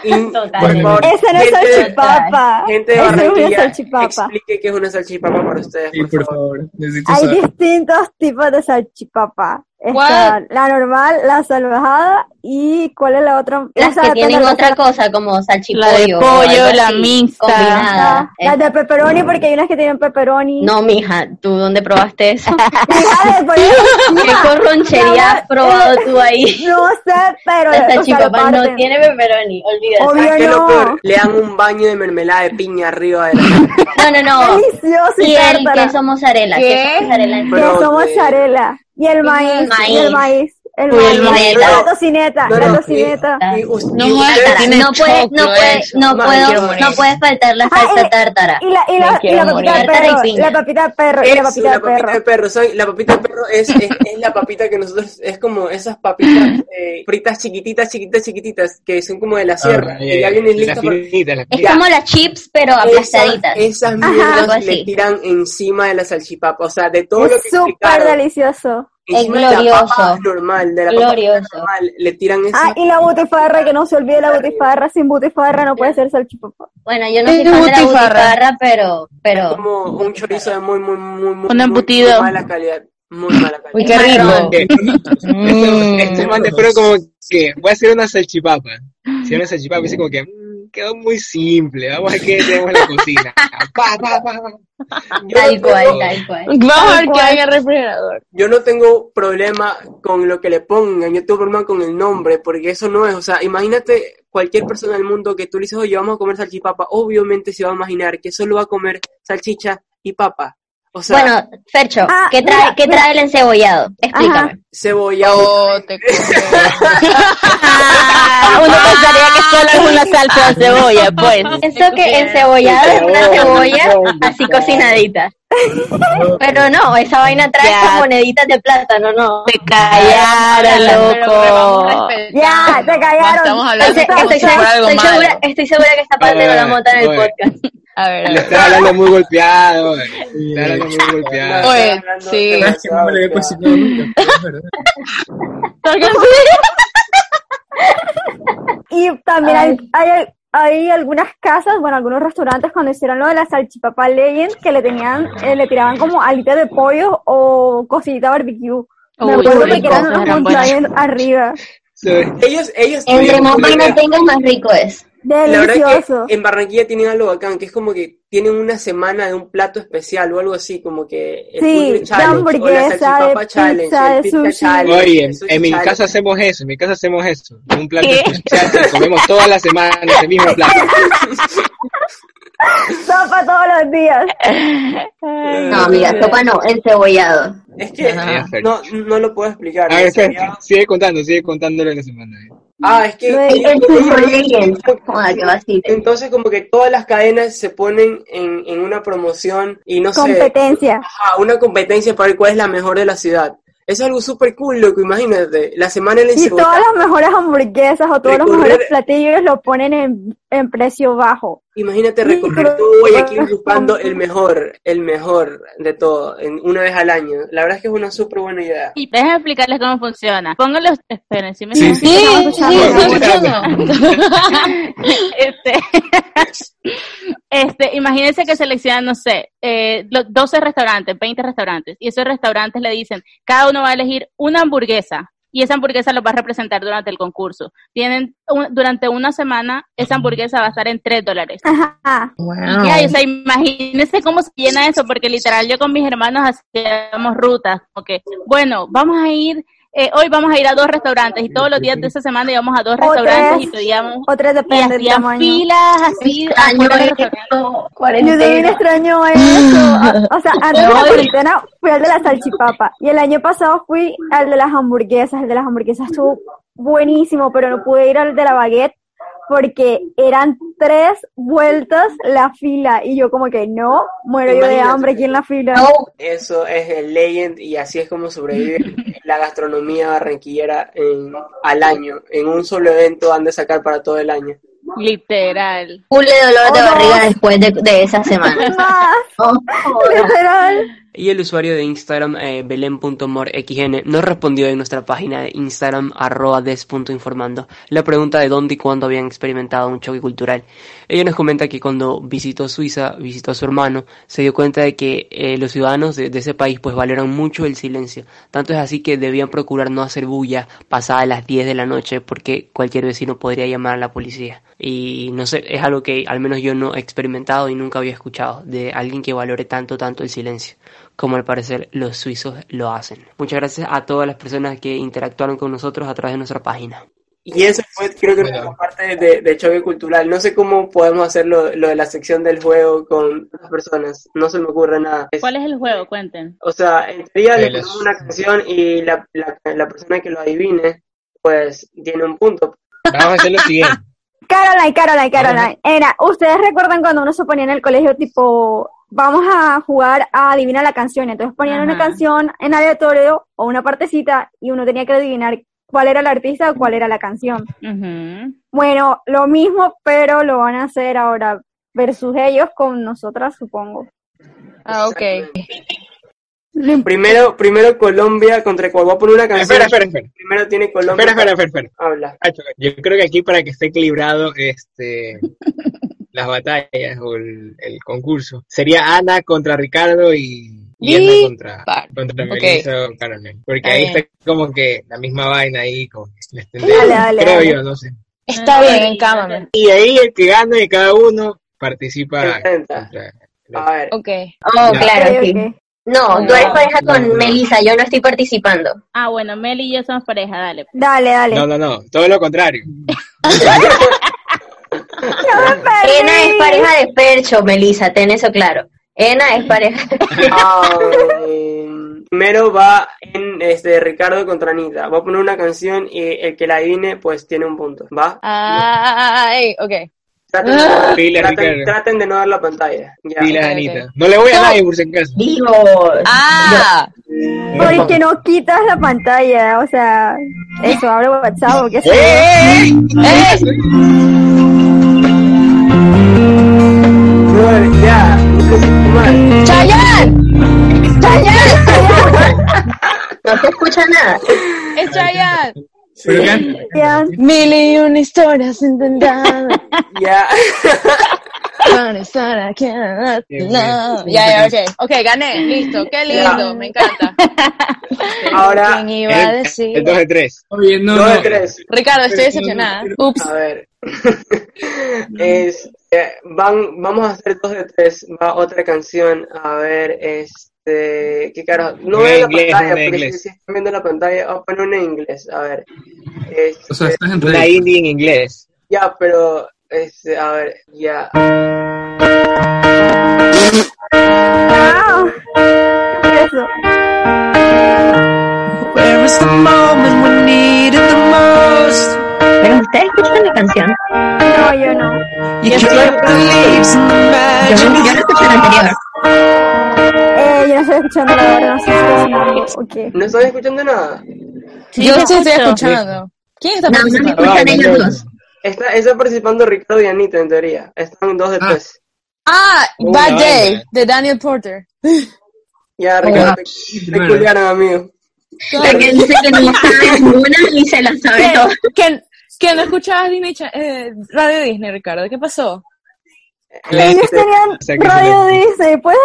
A: in- por
F: Total.
A: favor,
G: Esa no es
A: gente-
G: salchipapa.
A: Gente de
G: Eso no es una
A: Barranquilla,
G: salchipapa.
A: explique qué es una salchipapa para ustedes,
E: Sí,
A: por,
E: por
A: favor.
E: favor. Necesito
G: Hay
E: saber.
G: distintos tipos de salchipapa. Está
D: ¿Cuál?
G: la normal, la salvajada y ¿cuál es la otra?
H: Las
G: Esa
H: que
G: depende
H: tienen
G: de la
H: otra
G: salsa.
H: cosa, como salchipollo.
F: La de
H: o
F: pollo,
H: algo
F: la
H: así,
F: mixta.
H: Combinada.
G: Ajá. Las
H: Eh,
G: Ah, de pepperoni porque hay unas que tienen pepperoni.
H: No, mija, ¿tú dónde probaste eso?
G: Deja de poner-
H: ¿Qué corronchería has probado tú ahí?
G: eh, No sé, pero
H: La
G: o sea, lo
H: salchipapa no
G: parten.
H: tiene pepperoni, olvídate.
G: Obvio
A: ¿Sabes qué es
G: no.
A: lo peor? Le dan un baño de mermelada de piña arriba de la
H: No, no, no.
G: Delicioso y,
H: Y el
G: tártara.
H: queso mozzarella.
F: ¿Qué?
H: Queso mozzarella.
A: Pero-
G: Queso
A: de-
G: mozzarella. Y el maíz, Y el maíz. El
F: Uy, el
G: maíz.
H: maíz.
G: La tocineta.
A: No, no,
G: la tocineta.
A: y- y us-
H: Ah, No,
A: y
H: no,
A: ustedes-
F: tiene
H: no puede, no
F: choclo
H: puede,
F: eso.
H: no
A: Ay,
H: puedo,
A: quiero morir.
H: no puede faltar la
G: Ah,
H: salsa
G: y-
H: tártara.
G: Y la, y la,
F: Me
G: y
F: quiero
G: la papita de
H: morir. Tarta
G: perro.
H: y piña.
G: La papita de perro. Y la
A: Eso,
G: papita de
A: la papita
G: perro.
A: de perro, soy, la papita de perro es, es, es la papita que nosotros, es como esas papitas eh, fritas chiquititas, chiquititas, chiquititas, que son como de la sierra,
B: Ah,
A: que ya vienen
B: Las
A: listas para...
B: finitas, las
H: Es
B: finitas.
H: como las chips, pero
A: Esas,
H: aplastaditas.
A: esas
H: algo
A: mierdas
H: así.
A: le tiran encima de la salchipapa, o sea, de todo lo que
G: Es súper
A: explicaron,
G: delicioso.
A: encima
H: Es
A: de la
H: glorioso.
A: papa normal, de la papa
H: Glorioso.
A: normal, le tiran esa...
G: Ah, y la butifarra, que no se olvide la butifarra. Sin butifarra no puede ser salchipapa.
H: Bueno, yo no soy
F: Es
H: fan de la
F: butifarra.
H: butifarra, pero, pero.
A: como un chorizo de muy, muy, muy, muy,
F: Un
A: muy-
F: embutido.
A: muy mala calidad, muy mala calidad.
H: Uy, qué rico.
B: Este-
H: mm,
D: Mm.
B: Este man te espero como que voy a hacer una salchipapa. Si una salchipapa, dice como que "Mm, quedó muy simple. Vamos a ver qué tenemos en la cocina. Pa, pa, pa, pa.
H: Tal cual, tal cual.
F: Vamos a ver
G: Tal
F: qué
G: cual.
F: hay en el refrigerador.
A: yo no tengo problema con lo que le pongan, yo tengo problema con el nombre, porque eso no es, o sea, imagínate cualquier persona del mundo que tú le dices, oye, vamos a comer salchipapa, obviamente se va a imaginar que solo va a comer salchicha y papa. O sea,
H: Bueno, Fercho,
G: Ah,
H: ¿qué trae,
G: mira,
H: ¿qué trae el encebollado? Explícame.
A: cebolla,
D: Oh,
F: Ah, uno pensaría que solo es una salsa de cebolla, pues.
I: Ah,
H: Pienso que encebollado es una cebolla así cocinadita. Pero no, esa vaina trae
F: Ya.
H: como moneditas de plátano, no.
F: Te callaron, loco.
G: Ya, te callaron.
I: Estamos hablando
H: Estoy,
G: Estamos
I: como
H: estoy-
I: si fuera algo
H: estoy
I: malo.
H: segura, estoy segura que esta parte no la montan en el podcast.
I: A ver, a
B: Le
I: ver.
B: estaba hablando muy golpeado. eh. Estaba hablando muy golpeado.
I: Oye,
A: Estoy hablando
I: sí.
A: demasiado,
E: Sabes que no me lo había
A: o sea,
E: cocinado nunca, pero es verdad.
G: Y también hay, hay, hay algunas casas, bueno, algunos restaurantes cuando hicieron lo de la salchipapa Legend que le tenían, eh, le tiraban como alitas de pollo o cosillita barbecue. Me
F: Uy,
G: acuerdo
F: qué
G: que eran
F: rico,
G: unos
F: eran buenas.
G: montañas arriba.
B: So,
A: Ellos, ellos
H: Entre
A: tuvieron
H: más
A: problema.
H: vaina tengas, más rico es.
A: La verdad es
G: Delicioso.
A: que en Barranquilla tienen algo bacán, que es como que tienen una semana de un plato especial o algo así, como que el
G: Sí,
A: Burger
G: de
A: Challenge o la
G: hamburguesa, de
A: salchipapa
G: pizza,
A: challenge,
G: de
A: el pizza
G: sushi.
A: challenge.
B: Oye,
A: el sushi
B: en mi
A: challenge.
B: casa hacemos eso, en mi casa hacemos eso. Un plato
F: ¿Qué?
B: especial que comemos todas las semanas el mismo plato.
G: Sopa todos los días.
H: No, amiga, sopa no, encebollado.
A: Es que
B: Ajá.
A: no, no lo puedo explicar.
B: A ver,
A: en
B: espera,
A: realidad-
B: sigue contando, sigue contándolo en la semana. eh.
A: Ah, es que...
H: El, el fútbol legend. Joder, qué vacío.
A: Entonces como que todas las cadenas se ponen en, en una promoción y no sé,
G: Competencia.
A: ajá, una competencia para ver cuál es la mejor de la ciudad. Es algo súper cool, loco, imagínate. La semana en la
G: Y todas las mejores hamburguesas o todos
A: Recorrer-
G: los mejores platillos lo ponen en, en precio bajo.
A: Imagínate
G: Sí,
A: recorrer
G: pero-
A: todo Guayaquil buscando el mejor, el mejor de todo, en, una vez al año. La verdad es que es una súper buena idea.
F: Y déjenme explicarles cómo funciona. Pónganlo, esperen, si me
E: Sí,
F: están
E: sí.
F: escuchando?
E: Sí, sí,
F: este, este, imagínense que seleccionan, no sé, eh, lo- 12 restaurantes, 20 restaurantes, y esos restaurantes le dicen, cada uno va a elegir una hamburguesa. Y esa hamburguesa lo va a representar durante el concurso. Tienen un- durante una semana, esa hamburguesa va a estar en 3 dólares.
G: Ajá.
H: Wow.
F: Ya, o sea, imagínense cómo se llena eso, porque literal yo con mis hermanos hacíamos rutas, porque, bueno, vamos a ir, eh, hoy vamos a ir a dos restaurantes, y todos los días de esa semana íbamos a dos
G: O
F: restaurantes
G: tres.
F: y pedíamos,
G: O tres
F: y
G: depende del
F: hacían
G: tamaño.
F: filas
D: Este
F: así,
H: Extraño
F: afuera del restaurante.
H: esto,
G: Yo también
H: cuarentena.
G: extraño eso. Ah, O, o sea, antes de la
H: No,
G: cuarentena fui al de la salchipapa. Y el año pasado fui al de las hamburguesas. El de las hamburguesas estuvo buenísimo, pero no pude ir al de la baguette porque eran tres vueltas la fila. Y yo como que no, muero yo de
A: Imagínate.
G: hambre aquí en la fila.
H: No,
A: Eso es el legend y así es como sobrevive la gastronomía barranquillera en- al año. En un solo evento han de sacar para todo el año.
F: literal.
H: full de dolor de
G: Oh, no.
H: barriga después de, de esa semana.
G: Más,
H: Oh,
G: literal.
A: Y el usuario de Instagram, eh, belén.morxn, no respondió en nuestra página de Instagram, arroba des.informando, la pregunta de dónde y cuándo habían experimentado un choque cultural. Ella nos comenta que cuando visitó Suiza, visitó a su hermano, se dio cuenta de que eh, los ciudadanos de, de ese país pues valoran mucho el silencio. Tanto es así que debían procurar no hacer bulla pasada las 10 de la noche porque cualquier vecino podría llamar a la policía. Y no sé, es algo que al menos yo no he experimentado y nunca había escuchado de alguien que valore tanto, tanto el silencio como al parecer los suizos lo hacen. Muchas gracias a todas las personas que interactuaron con nosotros a través de nuestra página. Y eso fue, creo que fue la parte de, de choque cultural. No sé cómo podemos hacer lo, lo de la sección del juego con las personas. No se me ocurre nada. Es-
F: ¿Cuál es el juego? Cuenten.
A: o sea, en teoría le
B: Eh, las-
A: ponemos una canción y la, la- la persona que lo adivine, pues tiene un punto.
B: Vamos a hacer lo siguiente.
G: Caroline, Caroline, Caroline. Era, ¿ustedes recuerdan cuando uno se ponía en el colegio tipo, vamos a jugar a adivinar la canción? Entonces ponían una
F: Ajá.
G: canción en aleatorio o una partecita y uno tenía que adivinar cuál era el artista o cuál era la canción.
F: Ujú.
G: Bueno, lo mismo, pero lo van a hacer ahora versus ellos con nosotras, supongo.
F: Ah, ok.
A: Primero, primero Colombia contra Ecuador. Voy a poner una canción.
B: Espera, espera, espera.
A: Primero tiene Colombia.
B: Espera, espera, espera, espera.
A: Habla.
B: Ah, choca. Yo creo que aquí para que esté equilibrado este las batallas o el, el concurso sería Ana contra Ricardo y, y Ana
I: Y-
B: contra
I: Par.
B: contra
I: Ok.
B: Melissa o Carolina. Porque
I: Está
B: ahí
I: bien.
B: está como que la misma vaina ahí como que les tendré-
G: Dale, dale,
B: creo
G: dale.
B: yo, no sé.
I: Está bien, encámame.
B: Y ahí el que gana de cada uno participa
A: Enfrenta.
B: contra-
A: A ver.
I: Ok.
H: oh,
B: Ya.
H: claro,
G: Ok,
H: sí.
G: ok.
H: No, tú eres pareja
B: No,
H: con
B: no.
H: Melissa, yo no estoy participando.
F: Ah, bueno, Meli y yo somos pareja, dale.
G: Dale, dale.
B: No, no, no, todo lo contrario.
G: ¡No me perdí!
H: Ena es pareja de Percho, Melissa, ten eso claro. Ena es pareja.
A: Ah, eh, primero va en este Ricardo contra Anita. Va a poner una canción y el que la adivine pues tiene un punto. ¿Va?
I: Ay, ok.
A: Traten de, no-
B: Pila,
A: traten,
B: Ricardo.
A: traten de no dar la pantalla. Ya.
B: Y la
I: Ok,
B: Anita.
I: ok.
B: No le voy a nadie por si acaso.
H: Digo,
I: Ah,
G: Porque no quitas la pantalla, o sea, eso, abre WhatsApp o qué sé
B: ¡Eh,
G: yo.
B: eh, eh!
A: No,
B: eh!
A: ya. Mal.
I: Chayanne,
H: no se escucha nada.
I: es Chayanne.
E: Pero can-
G: Ya,
I: Mil y una historias intentadas
A: Ya.
I: para estar aquí. No. Ya, ya, ok. Ok, gané, listo. Qué lindo, me encanta.
A: Ahora
I: ¿Quién iba a
B: El
I: decir?
B: 2 de 3.
E: Oye, no,
A: dos de
E: no.
A: tres.
I: Ricardo, estoy decepcionada. Ups.
A: A ver. Este, van, vamos a hacer dos de tres. Va otra canción. A ver, este. ¿Qué caro? No
B: Una
A: veo
B: en
A: la
B: inglés,
A: pantalla,
B: una en
A: porque si,
B: inglés.
A: si están viendo la pantalla, voy a poner una en inglés. A ver. Este,
E: O sea, estás en
B: Una
E: red.
B: indie en inglés.
A: ya, pero. Este, a ver, ya.
C: Where is the moment we need it the most?
H: Pero ustedes escuchan la canción.
G: No, yo no.
C: You kept the leaves in the
H: Yo, yo no
C: magic.
H: escuché la anterior.
G: Eh, yo no estoy escuchando la verdad, no estoy escuchando. Okay.
A: No estoy escuchando nada.
I: Yo sí estoy
F: escucho.
I: escuchando. ¿Quién está
H: Nada más
I: participando?
B: Ah,
H: escuchan ellos dos.
A: Está, está participando Ricardo y Anita, en teoría. Están dos de
E: Ah.
A: tres.
I: Ah,
B: Uy,
I: Bad
B: no,
I: Day,
B: hombre.
I: de Daniel Porter.
A: Ya, Ricardo, te, te
E: Primero.
A: culiaron, amigo.
H: La que dice que no sabe ninguna y se la sabe todas.
I: que, que, que no escuchabas Disney Cha- eh, Radio Disney, Ricardo. ¿Qué pasó?
G: Ellos
B: Este,
G: tenían
B: o sea, que se
G: Radio
B: le-
G: Disney, ¿puedes,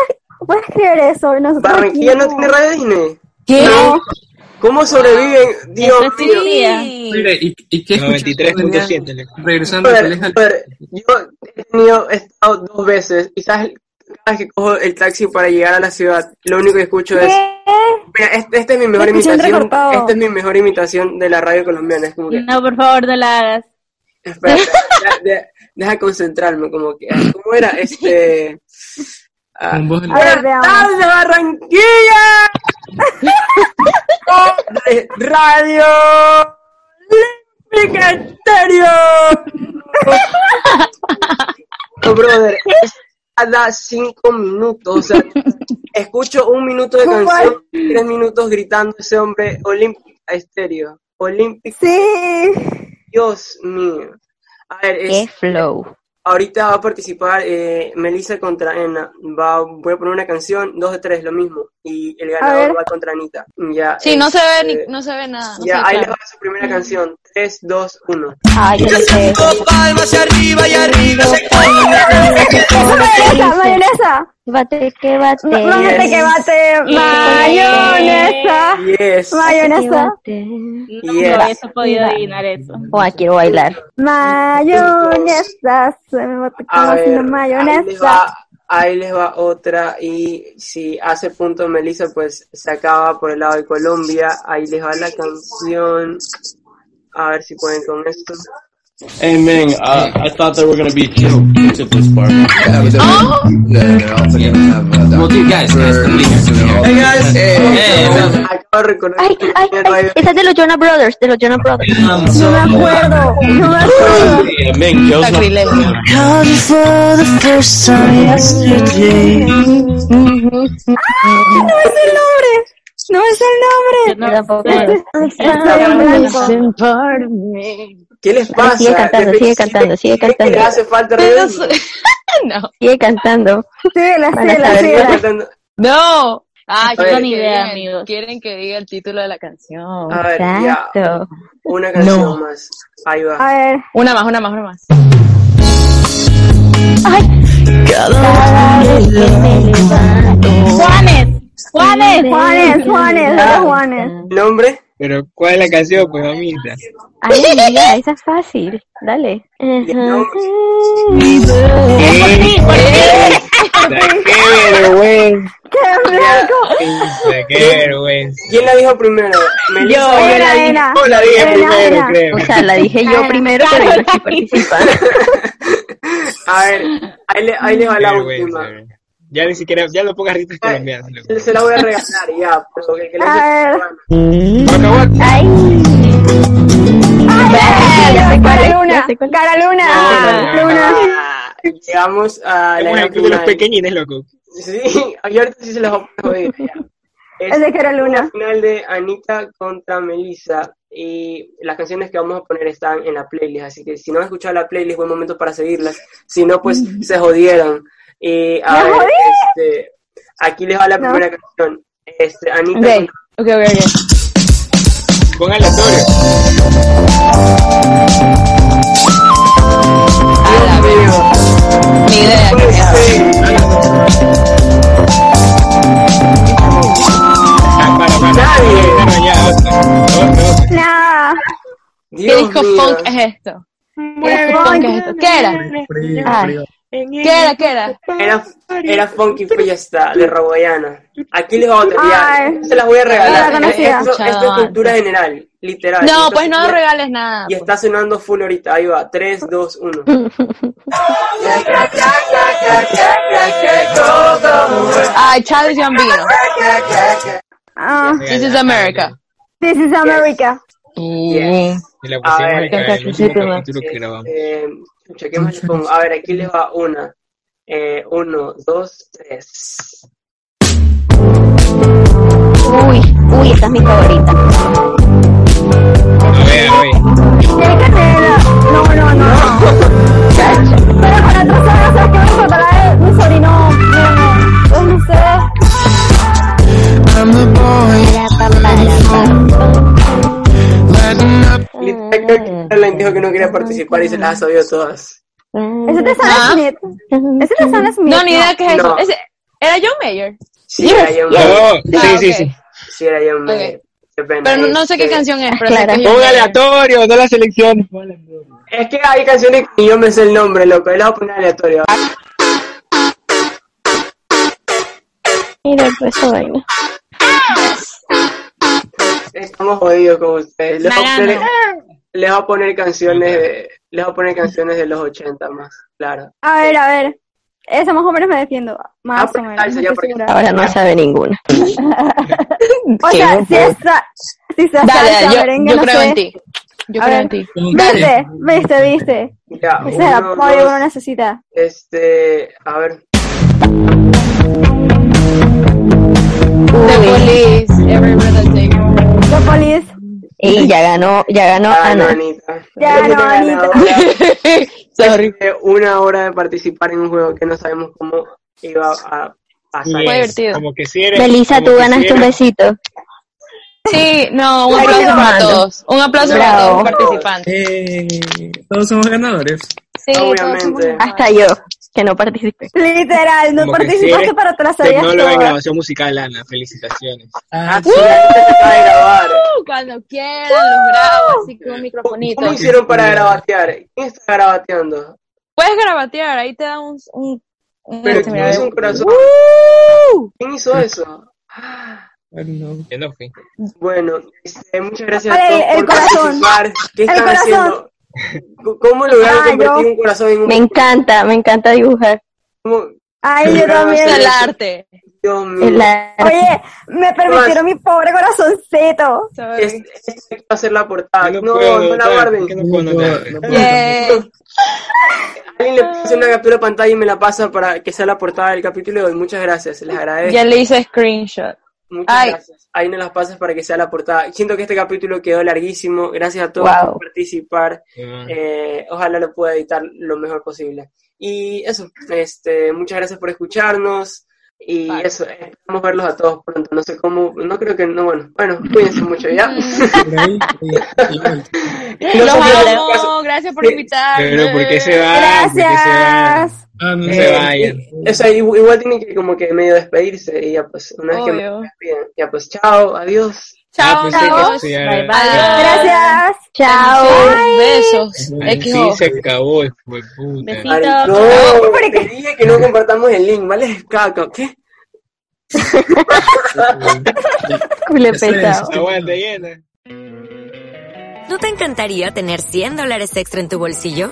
G: puedes creer eso? Nosotros
A: Barranquilla
G: aquí
A: no tiene radio Disney.
I: ¿Qué?
A: ¿Cómo sobreviven? Dios
F: Eso sí.
A: mío.
E: Mire, ¿y, y qué escuchaste cuando ya
B: 93.7 le-
E: Regresando al
A: Brother,
E: colegio. al-
A: brother, yo he tenido, he estado dos veces, quizás cada vez que cojo el taxi para llegar a la ciudad, lo único que escucho es,
G: ¿Qué?
A: mira, este- esta es mi mejor
G: Lo escuché en
A: imitación,
G: recortado.
A: esta es mi mejor imitación de la radio colombiana, es como que,
F: No, por favor, no la hagas.
A: espera, espera, de- de- deja concentrarme, como que, ah, ¿cómo era? Este... ah,
E: Con voz de-
G: A ver,
A: ¡Buenas
G: veamos.
A: tardes, Barranquilla! Con ¡Radio Olímpica Estéreo! No, Oh, brother, es cada cinco minutos. O sea, escucho un minuto de
G: ¿Cómo
A: canción, tres minutos gritando ese hombre Olímpica Estéreo. Olímpica,
G: Sí.
A: Dios mío. A ver, es-
H: Qué flow.
A: ahorita va a participar eh, Melissa contra Ena. Va, voy a poner una canción, dos de tres, lo mismo. Y el ganador
G: ver.
A: va contra Anita. Ya,
I: Sí, no se ve, ni,
A: este,
I: no se ve nada. No se
A: ya,
I: ve
A: ahí les
I: claro.
A: va su primera canción. 3, 2, 1.
H: Ay, yo no sé.
C: Dos palmas arriba y arriba.
G: Eso, mayonesa, mayonesa.
H: Bate que bate.
G: No, no,
A: Yes.
G: te que bate. Mayonesa.
A: Yes.
G: Mayonesa.
H: bate.
F: No,
A: Yes.
F: no hubiese podido adivinar eso.
H: Oh, quiero bailar.
G: Mayonesa. Se me bate
A: A
G: como
A: ver,
G: si no
A: ahí les,
G: mayonesa.
A: va, ahí les va otra. Y si hace punto Melissa, pues se acaba por el lado de Colombia. Ahí les va la canción. A ver si pueden con esto.
J: Hey man, uh, I thought they were gonna be chill to this part. Yeah, but Well, dude, guys, guys, come here. Hey guys, hey, hey.
A: Eh, Acabo de recordar
H: Ay,
A: que
H: ay,
A: tenía
H: ay.
A: radio.
H: Esa es de los Jonah Brothers, de los Jonah Brothers.
J: Um, so,
G: No me acuerdo. No me acuerdo.
J: yeah, man, Joe's not-
I: Sacrilegio.
C: Called you for the first time yesterday.
G: ¡Ah, no es el nombre! ¡No es
F: Yo
G: el nombre!
F: no
H: Yo tampoco
F: sé.
H: lo sé.
G: Estaba en blanco.
A: ¿Qué les
H: Ay,
A: pasa?
H: sigue cantando, sigue cantando, sigue
A: ¿Qué les
H: cantando.
A: hace falta radio?
I: Pero su- no.
H: Sigue cantando.
G: Síguela,
H: Van a
G: síguela,
H: saber.
A: Sigan
G: síguela.
A: cantando.
I: No. Ah,
A: A ver.
I: quieren
F: Ni
I: que
F: idea,
I: diga-
F: amigos.
I: Quieren que diga el título de la canción.
A: A ver, ya.
H: Exacto.
A: Una canción
I: No.
A: más. Ahí
G: A
A: va.
G: ver.
I: Una más, una más, una más.
C: Cada vez que me levanto.
F: Juanes, Juanes,
G: Juanes, Juanes, hola Juanes.
A: ¿Nombre?
B: Pero, ¿cuál es la canción, pues, mamita?
H: Ay, mira, esa es fácil. Dale.
A: Ya,
H: Ajá.
A: nombre.
F: es por ti, por ti.
B: ¡Qué vergüenza!
G: ¡Qué blanco!
B: ¡Qué vergüenza!
A: ¿Quién la dijo primero? ¿Melissa?
G: Era,
A: la dije-
G: era.
B: Yo la dije
G: Era,
B: primero,
G: era.
H: O
B: créeme.
H: sea, la dije yo primero, pero yo no estoy participando.
A: A ver, ahí, le, ahí les va
B: Qué
A: la
B: vergüenza,
A: última.
B: bro. Ya ni siquiera, ya lo pongas ritos colombianos. loco.
A: Se- Se la voy a regalar ya, pero que, que le
G: A
A: hice-
G: ver.
B: Cacahuate.
H: Ay. Ya, ya sé cuál es,
G: Cara
H: ya
G: Luna,
H: sé cuál es.
G: cara Luna,
B: No, no,
G: Luna.
A: Ah, Llegamos a la
B: Hemos aprendido los
A: gran final.
B: pequeñines, loco.
A: Sí, y ahorita sí se los voy a joder. ya. Es
G: Es de Cara
A: la
G: Luna.
A: final de Anita contra Melissa. Y las canciones que vamos a poner están en la playlist. Así que si no han escuchado la playlist, buen momento para seguirlas. Si no, pues se jodieron. Y a
G: ¡Me
A: ver,
G: jodí!
A: este, aquí les va la
G: No.
A: primera canción. Este, Anita
I: Ok,
A: contra
I: ok, ok, ok.
B: Pon aleatorio.
I: A la vez. Ni idea. que
A: Pues,
I: me haga.
B: Ah, para, para.
A: Nadie.
B: Claro, ya, otra, otra, otra.
G: Nada.
I: ¿Qué
A: Dios
I: disco
A: mío.
I: funk es esto? ¿Qué disco funk es esto? ¿Qué era?
E: Frío,
H: Ay.
E: frío.
I: ¿Qué era? ¿Qué era?
A: Era, era Funky Fiesta de Roboyana. Aquí les voy a
I: Ay.
A: ya, se las voy a
I: No la
A: regalar.
I: conocía.
A: Esto, esto es cultura general, literal.
I: No,
A: Entonces,
I: pues no
A: ya-
I: regales nada.
A: Y está sonando full ahorita. Ahí va, 3, 2, 1.
I: Ay, Childish Gambino.
G: Ah.
I: This is America.
G: This is America.
B: Y la pusimos
A: A ver,
B: acá en el
A: sí,
B: último
A: sí,
B: capítulo que grabamos.
A: Eh, chucha, ¿qué más les pongo? A ver, aquí les va una. Eh, uno, dos, tres.
H: Uy, uy, esta es mi favorita.
B: A ver, a ver.
G: No, no, no. Pero para otros años, ¿sabes qué me recordará? Mi sobrino, me- pues, no sé.
I: Mm.
A: Caroline dijo que no quería participar y se las ha sabido todas.
G: Ese te sale
I: Ah.
G: Smith. Ese te sale Smith.
I: No, ni idea qué es eso.
A: No.
I: Ese- ¿Era John Mayer? Ah,
A: Sí, era yo.
B: No,
A: Ah,
B: sí, sí, sí.
A: Sí, era yo. me- Qué pena.
I: Pero no, no sé qué
A: Este,
I: canción es, pero sé que es John
B: Un
I: Mayer.
B: aleatorio, no la selección.
A: Es que hay canciones que ni yo me sé el nombre, loco. Yo las voy a poner aleatorio.
H: Mira, pues esa vaina.
A: Estamos jodidos con ustedes. Les voy a poner,
I: Nagano.
A: les voy a poner canciones de, les voy a poner canciones de los 80 más, claro.
G: A ver, a ver. Esa más o menos me defiendo. Más o menos.
A: ya,
G: no estoy
A: porque-
G: segura.
H: Ahora no sabe ninguna.
G: O
H: Qué
G: sea,
H: bobo.
G: si esa, si esa
I: Dale,
G: salsa
I: dale,
G: merengue,
I: yo, yo
G: no
I: creo
G: sé.
I: en ti. Yo
G: A
I: creo
G: ver.
I: en ti.
G: Viste, viste, viste.
A: Ya,
G: Ese es el
A: uno,
G: apoyo que
A: dos,
G: uno necesita.
A: Este, a ver.
I: The Police, Every Breath I Take.
G: The Police.
H: Y ya ganó, ya ganó
A: Ah, no,
H: Ana.
A: Anita.
G: Ya, no, Anita.
I: Sorry.
A: Este, Una hora de participar en un juego que no sabemos cómo iba a pasar.
I: Fue divertido.
B: Como que si eres.
H: Melissa,
B: como
H: tú
B: que si
H: ganaste un
B: eres-
H: besito.
I: Sí, no, un
H: Ay,
I: aplauso
H: Dios.
I: para todos. Un aplauso para todos los
H: Bravo.
I: participantes.
E: Eh, todos somos ganadores.
I: Sí, todos
A: Obviamente.
I: somos ganadores.
H: Hasta yo, que no participé.
G: Literal, no
B: como que si
G: participaste,
B: eres
G: pero te la sabías
B: Tecnóloga en
G: toda.
B: grabación musical, Ana. Felicitaciones.
E: Ah,
A: Ah, sí, Anita se acaba de grabar.
I: Uh, Cuando quieran, los grabo, así con un microfonito.
A: ¿Cómo hicieron para grabatear? ¿Quién está grabateando?
I: Puedes grabatear, ahí te da un... un, un
A: Pero
I: este,
A: ¿quién
I: mira,
A: hizo
I: a
A: un
I: ver.
A: corazón?
I: Uh.
A: ¿Quién hizo eso?
E: no.
B: Yo no fui.
A: Bueno, este, muchas gracias a
G: Vale,
A: todos
G: el
A: por
G: corazón.
A: participar. ¿Qué
G: El
A: están
G: corazón.
A: haciendo? ¿Cómo lograron
G: Ah,
A: convertir
G: yo-
A: un corazón en un
H: Me encanta, me encanta dibujar.
A: ¿Cómo?
G: Ay, yo también.
I: Es el arte.
A: Dios mío.
H: El arte.
G: Oye, me permitieron mi pobre corazoncito.
I: Sorry.
A: Es, es- hay que hacer la portada.
B: Yo
A: Ah, No,
B: no
A: no,
B: puedo
A: la
B: notar,
A: guarden.
B: yo no puedo notar.
E: No puedo.
I: Yay.
A: Alguien le puede hacer una captura de pantalla y me la pasa para que sea la portada del capítulo de hoy. Muchas gracias, les agradezco.
I: Ya le hice screenshot.
A: Muchas
I: Ay.
A: gracias. Ahí nos las pasas para que sea la portada. Siento que este capítulo quedó larguísimo. Gracias a todos
H: Wow.
A: por participar.
B: Ah.
A: Eh, ojalá lo pueda editar lo mejor posible. Y eso, este, muchas gracias por escucharnos. Y
I: Vale.
A: eso, esperamos verlos a todos pronto. No sé cómo, no creo que, no, bueno, bueno, cuídense mucho ya.
I: Mm.
E: Por ahí, eh, igual.
A: No
I: Los
A: sé si habrá
I: amo,
A: caso.
I: gracias por
A: Sí.
I: invitarme.
B: Pero ¿por qué se va? ¿Por qué se va?
G: Gracias.
E: Ah, no
B: No
A: Eh,
B: se
E: sé.
B: vayan.
A: y- o sea, igu- igual tienen que como que medio despedirse y ya pues, una vez que me
I: Obvio.
A: despiden, ya pues, chao, adiós.
I: Chao,
B: pensé que
I: chicos.
B: sí, ah.
I: Bye, bye.
G: Gracias.
H: Chao.
I: Besos.
A: eh,
B: Así
I: XO.
B: se acabó, hijo de puta.
I: Besito.
A: Ay, no,
I: Chao.
A: te dije que no compartamos el link, ¿vale? Caca, ¿qué?
H: Cule
E: Eso es.
H: pesado.
B: Aguanta, llena.
K: ¿No te encantaría tener 100 dólares extra en tu bolsillo?